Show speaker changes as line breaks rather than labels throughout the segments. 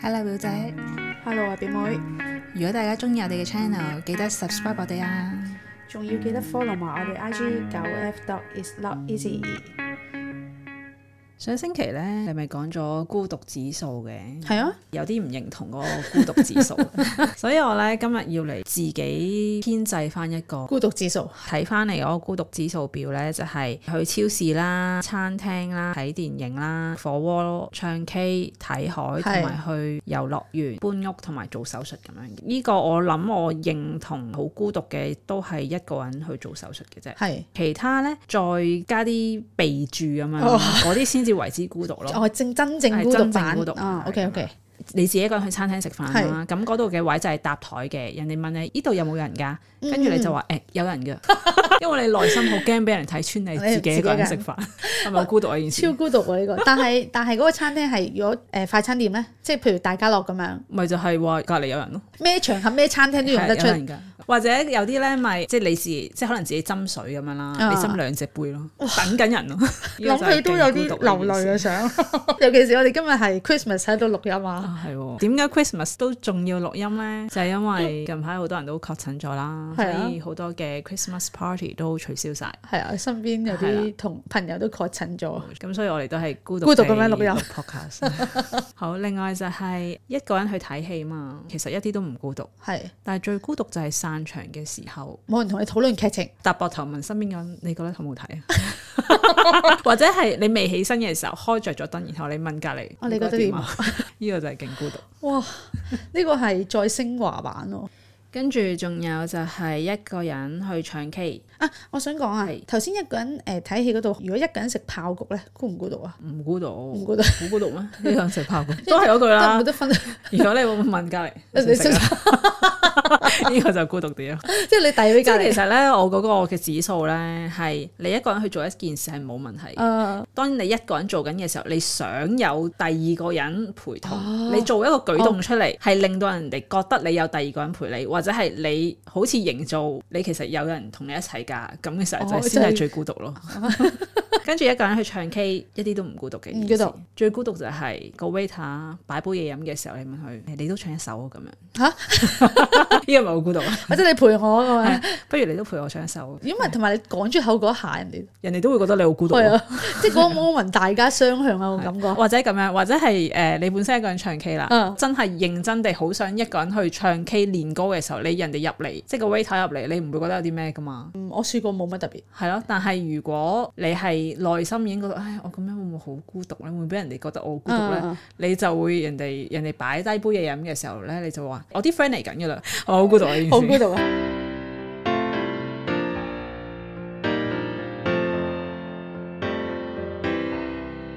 Hello 表姐，
Hello 啊，表妹，
如果大家中意我哋嘅 channel，記得 subscribe 我哋啊！
仲要記得 follow 埋我哋 IG 九 F dot is not easy。
上星期咧，你咪講咗孤獨指數嘅，
係啊，
有啲唔認同嗰個孤 獨指數，所以我咧今日要嚟自己編製翻一個。
孤獨指數
睇翻嚟我個孤獨指數表咧，就係、去超市啦、餐廳啦、睇電影啦、火鍋、唱 K、睇海同埋去遊樂園、搬屋同埋做手術咁樣。呢、個我諗我認同好孤獨嘅，都係一個人去做手術嘅啫。
係，
其他咧再加啲備注咁樣，
哦
嗰啲先至為之孤獨咯。
我係正真正孤
係
獨
真正
版
孤獨
啊。
係
OK OK，
你自己一個人去餐廳食飯啦，咁嗰度嘅位就係搭台嘅，人哋問你呢度有冇人㗎，
嗯
跟住你就話誒、有人㗎， 因為你內心好驚俾人睇穿你自己一個人食
哎
飯，係咪好孤獨啊？件
超
事
孤獨喎呢個。但係但係嗰個餐廳係如果誒快餐店咧，即係譬如大家樂咁樣，
咪就係話隔離有人咯，
咩場合咩餐廳都用得
係
出
有。人㗎。或者有啲咧，咪即係你自即係可能自己斟水咁樣啦，
啊
你斟兩隻杯咯，等緊人咯。呢個就
諗
係
起都有啲
勁孤獨
流
呢件事
淚嘅啊想， 尤其是我哋今日係 Christmas 喺度錄音啊，
啊，係喎、點解 Christmas 都仲要錄音呢？就係、因為近排好多人都確診咗啦，
係啊
所以好多嘅 Christmas party 都取消晒。
係啊，身邊有
係
啲同朋友都確診咗，
咁所以我哋都係孤獨
孤獨
地
咁樣錄音
podcast。好， 另外就係一個人去睇戲嘛，其實一啲都唔孤獨，
係
但係最孤獨就係散場嘅時候，
冇人同你討論劇情，
搭膊頭問身邊嘅人，你覺得好唔好睇 啊？或者係你未起身嘅時候開着咗燈，然後你問隔離，
哦你覺得點
啊？ 呢個就係勁孤獨。
哇！呢個係再升華版喎。
跟住仲有就係一個人去唱 K，
啊，我想講啊
係，
頭先一個人誒睇戲嗰度，如果一個人食爆谷咧，孤唔孤獨啊？
唔孤獨，
唔
好
孤獨，
孤獨咩？呢 個人食泡芙都係嗰句啦
都冇。得分，
如果你會問隔離，
你
你
食
食
唔
唔
食
食 啊呢個就孤獨啲咯。
即係你遞俾
即
隔
係
離。
其實咧，我嗰個嘅指數咧係你一個人去做一件事係冇問題。
誒，
當你一個人做緊嘅時候，你想有第二個人陪同，
哦
你做一個舉動出嚟，係、令到人哋覺得你有第二個人陪你，或者係你好似營造你其實有人同你一齊㗎，咁嘅時候就
哦
係先
即係哦
係最孤獨咯。 跟住一個人去唱 K，一啲都唔孤獨嘅。
唔
件事
孤獨，
最孤獨就係個 waiter 擺杯嘢飲嘅時候，你問佢：誒你都唱一首啊咁樣。
嚇
呢個咪好孤獨啊！
或者你陪我咁樣，
不如你都陪我唱一首，
因為同埋你講出口嗰一下，人哋
人 哋都會覺得你好孤獨
係
咯。
啊，即係嗰個 moment 大家雙向啊，我感覺。
或者咁樣，或者係誒、呃你本身一個人唱 K 啦，
嗯
真係認真地好想一個人去唱 K 練歌嘅時候，你人哋入嚟，即係個 waiter 入嚟，你唔會覺得有啲咩噶嘛？
嗯，我試過冇乜特別，
係咯，但係如果你係內心已經覺得，唉，我咁樣會唔會好孤獨咧？會唔會俾人哋覺得我好孤獨咧？
嗯
你就會人哋人哋擺低杯嘢飲嘅時候咧，你就話我啲 friend 嚟緊噶啦，我好孤獨啊！呢件事
好孤獨啊！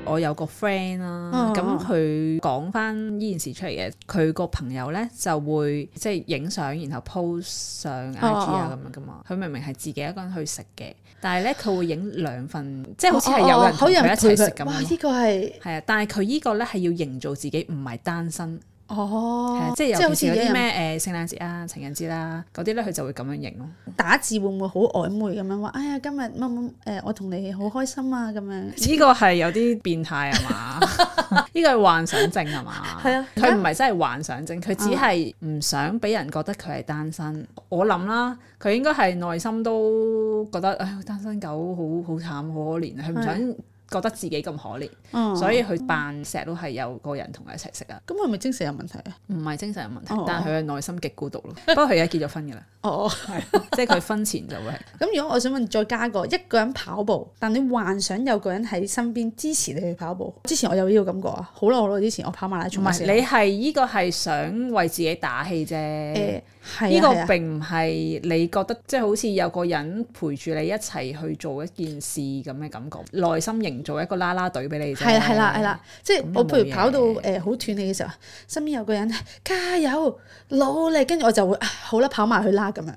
我有個 friend 啦
嗯，
咁佢講翻呢件事出嚟嘅，佢個朋友咧就會即係影相，然後 post 上 IG 啊
哦
咁樣噶嘛。佢明明係自己一個人去食嘅，但係咧佢會影兩份， 即係好似
哦
係
哦
有
哦
人同
有
佢一齊
陪
食
佢
咁啊
哇！
樣
呢
咯。
個係
係啊，但係佢呢個咧係要營造自己唔係單身，係啊
哦，
即係尤其是有
有
啲
人
咩誒聖誕節啊、情人節啦嗰啲咧，佢就會咁樣影咯。
打字會唔會好曖昧咁樣話？哎呀，今日乜乜誒，我同你好開心啊咁樣。
呢個係有啲變態係嘛？呢個係幻想症係 嘛？
係啊
佢唔係真係幻想症，佢只
啊
係唔想俾人覺得佢係單身。我諗啦，佢應該係內心都覺得，唉，單身狗好好慘，好可憐，啊佢唔想。覺得自己咁可憐，
嗯，
所以佢扮石都係有個人同佢一齊食啊，
咁係咪精神有問題啊？
唔係精神有問題
哦，
但係佢嘅內心極孤獨咯。不過佢而家結咗婚㗎 啦，
哦。
即係佢婚前就會係
咁如果我想問，再加個一個人跑步，但你幻想有個人喺身邊支持你去跑步。之前我有呢個感覺啊，好耐好耐之前我跑馬拉
唔
松嘅時
係
候，
你係呢個係想為自己打氣啫。
誒係啊
呢
個
個並唔係你覺得即係好似有個人陪住你一齊去做一件事咁嘅感覺，內心營造一個啦啦隊俾你啫。
係啦係啦係啦，即係
咁
我
就
譬
冇
如
嘢
跑到誒好斷氣嘅時候，身邊有個人加油努力，跟住我就會啊好啦跑埋去啦咁樣。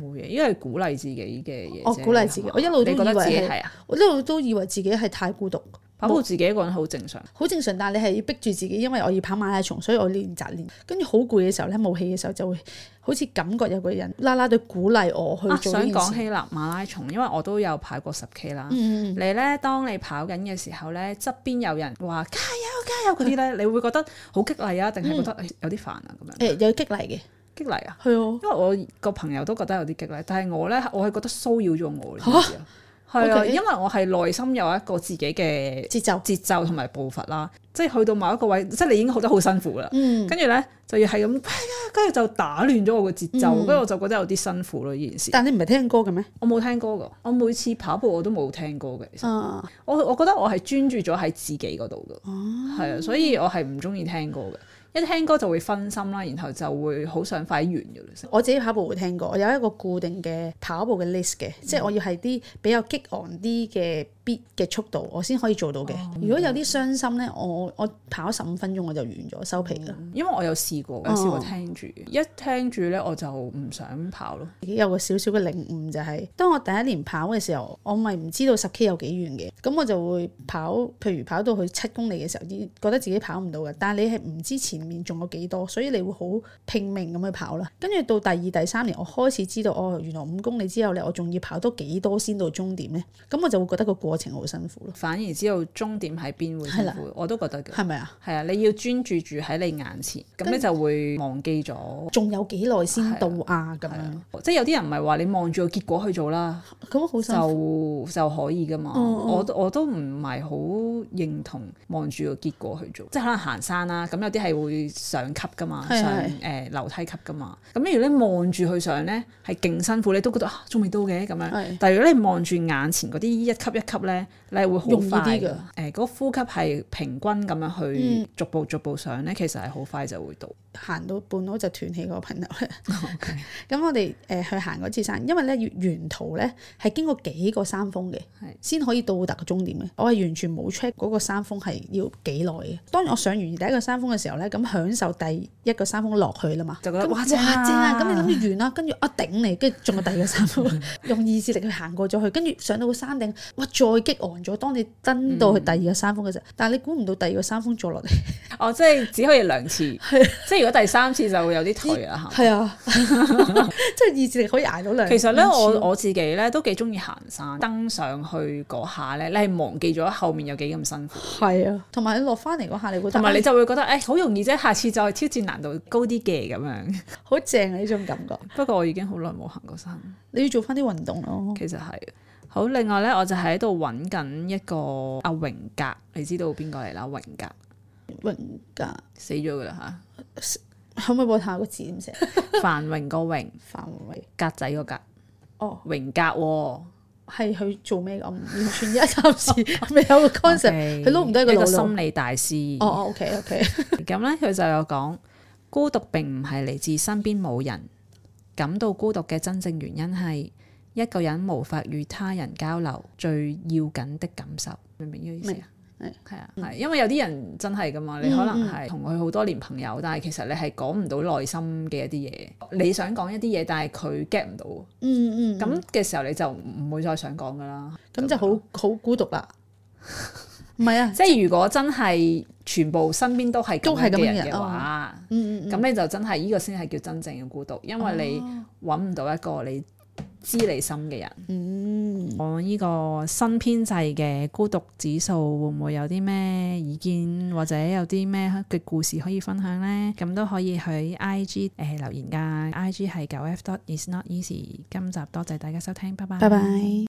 冇嘢，因為鼓勵自己嘅嘢啫。
我鼓勵自
係
己
嘛
我一路都
你覺得
以為
自己
係
係啊，
我一路都以為自己係太孤獨，
跑步自己一個人好正常。
好正常，但係你係逼住自己，因為我要跑馬拉松，所以我練習練，跟住好攰嘅時候咧，冇氣嘅時候就會好似感覺有個人啦啦隊鼓勵我
啊，
去做
想
呢件
講
事。
希臘馬拉松，因為我都有跑過十 K 啦。
嗯，
你咧，當你跑緊嘅時候咧，側邊有人話加油加油嗰啲咧，你會覺得好激勵啊，定係覺
嗯
得哎有啲煩啊咁樣？
誒有激勵嘅，
激勵啊！
係哦，
因為我個朋友都覺得有啲激勵，但係我咧，我係覺得騷擾咗我，你知唔知啊？係啊，
OK
因為我係內心有一個自己嘅
節奏。
節奏同埋步伐啦，即係去到某一個位，即係你已經覺得好辛苦啦。
嗯，
跟住咧就要係咁， 跟住就打亂咗我嘅節奏，
嗯
跟住、我就覺得有啲辛苦咯。呢件事
但你唔係聽歌嘅咩？
我冇聽歌噶，我每次跑步我都冇聽歌嘅。其實
啊，
我我覺得我係專注咗喺自己嗰度噶，
哦
係啊，所以我係唔中意聽歌嘅。一聽歌就會分心啦，然後就會好想快啲完嘅啦。
我自己跑步會聽過，我有一個固定嘅跑步嘅 list 嘅，即係我要係啲比較激昂啲嘅 beat 嘅速度，我先可以做到嘅。如果有啲傷心咧，我我跑十五分鐘我就完咗收皮啦。
因為我有試過，
哦
有試過聽住，一聽住咧我就唔想跑咯。
自己有個少少嘅領悟就係、當我第一年跑嘅時候，我咪唔知道十 K 有幾遠嘅，咁我就會跑，譬如跑到去七公里嘅時候，已覺得自己跑唔到嘅。但係你係唔知前面仲有幾多，所以你會好拼命咁去跑啦。跟住到第二、第三年，我開始知道哦，原來五公里之後咧，我仲要跑多幾多先到終點咧，咁我就會覺得個過程好辛苦咯，
反而知道終點喺邊會
係
辛
啦
苦，我都覺得嘅。
係咪啊？
係啊，你要專注住喺你眼前，咁你就會忘記咗。
仲有幾耐先到啊？咁
係
樣
啊，即係有啲人唔係話你望住個結果去做啦，
咁好辛苦。哦
就就可以噶嘛。我都我都唔係好認同望住個結果去做，即係可能行山啦，咁有啲係會上級噶嘛，
係
上
係
誒樓梯級噶嘛。咁如果你望住佢上咧，係勁辛苦，你都覺得啊仲未到嘅咁樣。
係
但係如果你望住眼前嗰啲一級一級咧，你係會
容易
好快
啲
呃
㗎嗯
嘅。誒，嗰、個呼吸係平均咁樣去逐步逐步上咧，其實係好快就會 到。
行到半路就斷氣嗰個朋友咧。咁我哋誒、呃去行嗰次山，因為咧要沿途咧係經過幾個山峰嘅
係，
先可以到達個終點嘅。我係完全冇 check 嗰個山峰係要幾耐嘅。當然我上完第一個山峰嘅時候咧，咁享受第一個山峰落去啦嘛，
就覺得
咁
哇正啊
正啊！咁你諗住完啦，跟住啊頂你，跟住仲有第二個 山峰，用意志力去行過咗去，跟住上到個山頂，哇再激昂咗。當你登
嗯
到去第二個山峰嘅時候，但係你估唔到第二個山峰坐落嚟，
哦，即係只可以兩次，即係如果第三次就會有啲頹啦嚇。
係 啊， 即係嗯意志力可以捱到兩。
哦其實咧，
兩次
我我自己咧都幾中意行山，登上去嗰下咧，你係忘記咗後面有幾咁辛苦，
係啊，同埋你落翻嚟嗰下，你覺得
同埋你
哎
就會覺得誒好、容易啫，下次再挑戰難度高啲嘅咁樣。
好正啊呢種感覺，
不過我已經好耐冇行過山，
你要做翻啲運動咯。
其實係。好，另外咧，我就喺度揾緊一個阿榮格，你知道邊個嚟啦？榮格
榮格
死咗噶啦
可唔可以幫我睇下個字 點寫？
嚇，繁榮個榮，
范偉
格仔個格，
哦，
榮格喎、
係去做咩㗎？我唔完全而家 暫時未有個 concept。
OK，
佢撈唔低個
一個
腦
心理大師。
哦哦，OK OK，
咁咧，佢就有講孤獨並唔係嚟自身邊冇人，感到孤獨嘅真正原因係一個人無法與他人交流最要緊的感受，明唔明呢個意思啊？
明嗯
係啊，係因為有啲人真係噶嘛，你可能係同佢好多年朋友，但係其實你係講唔到內心嘅一啲嘢，你想講一啲嘢，但係佢 get 唔到，
嗯嗯，
咁嘅時候你就唔會再想講噶啦。
咁就好好孤獨 啦。唔係啊，
即係如果真係全部身邊都係咁
都係
樣
咁
嘅
樣
人
嘅
嘅
哦
話，
嗯嗯
咁你就真係呢個先係叫真正嘅孤獨，因為你揾唔到一個你知你心嘅人。
嗯，
我呢個新編制嘅孤獨指數會唔會有啲咩意見，或者有啲咩嘅故事可以分享呢？咁都可以喺 I G 誒、留言㗎。I G 係九 F dot is not easy。今集多謝大家收聽，拜拜。
拜拜。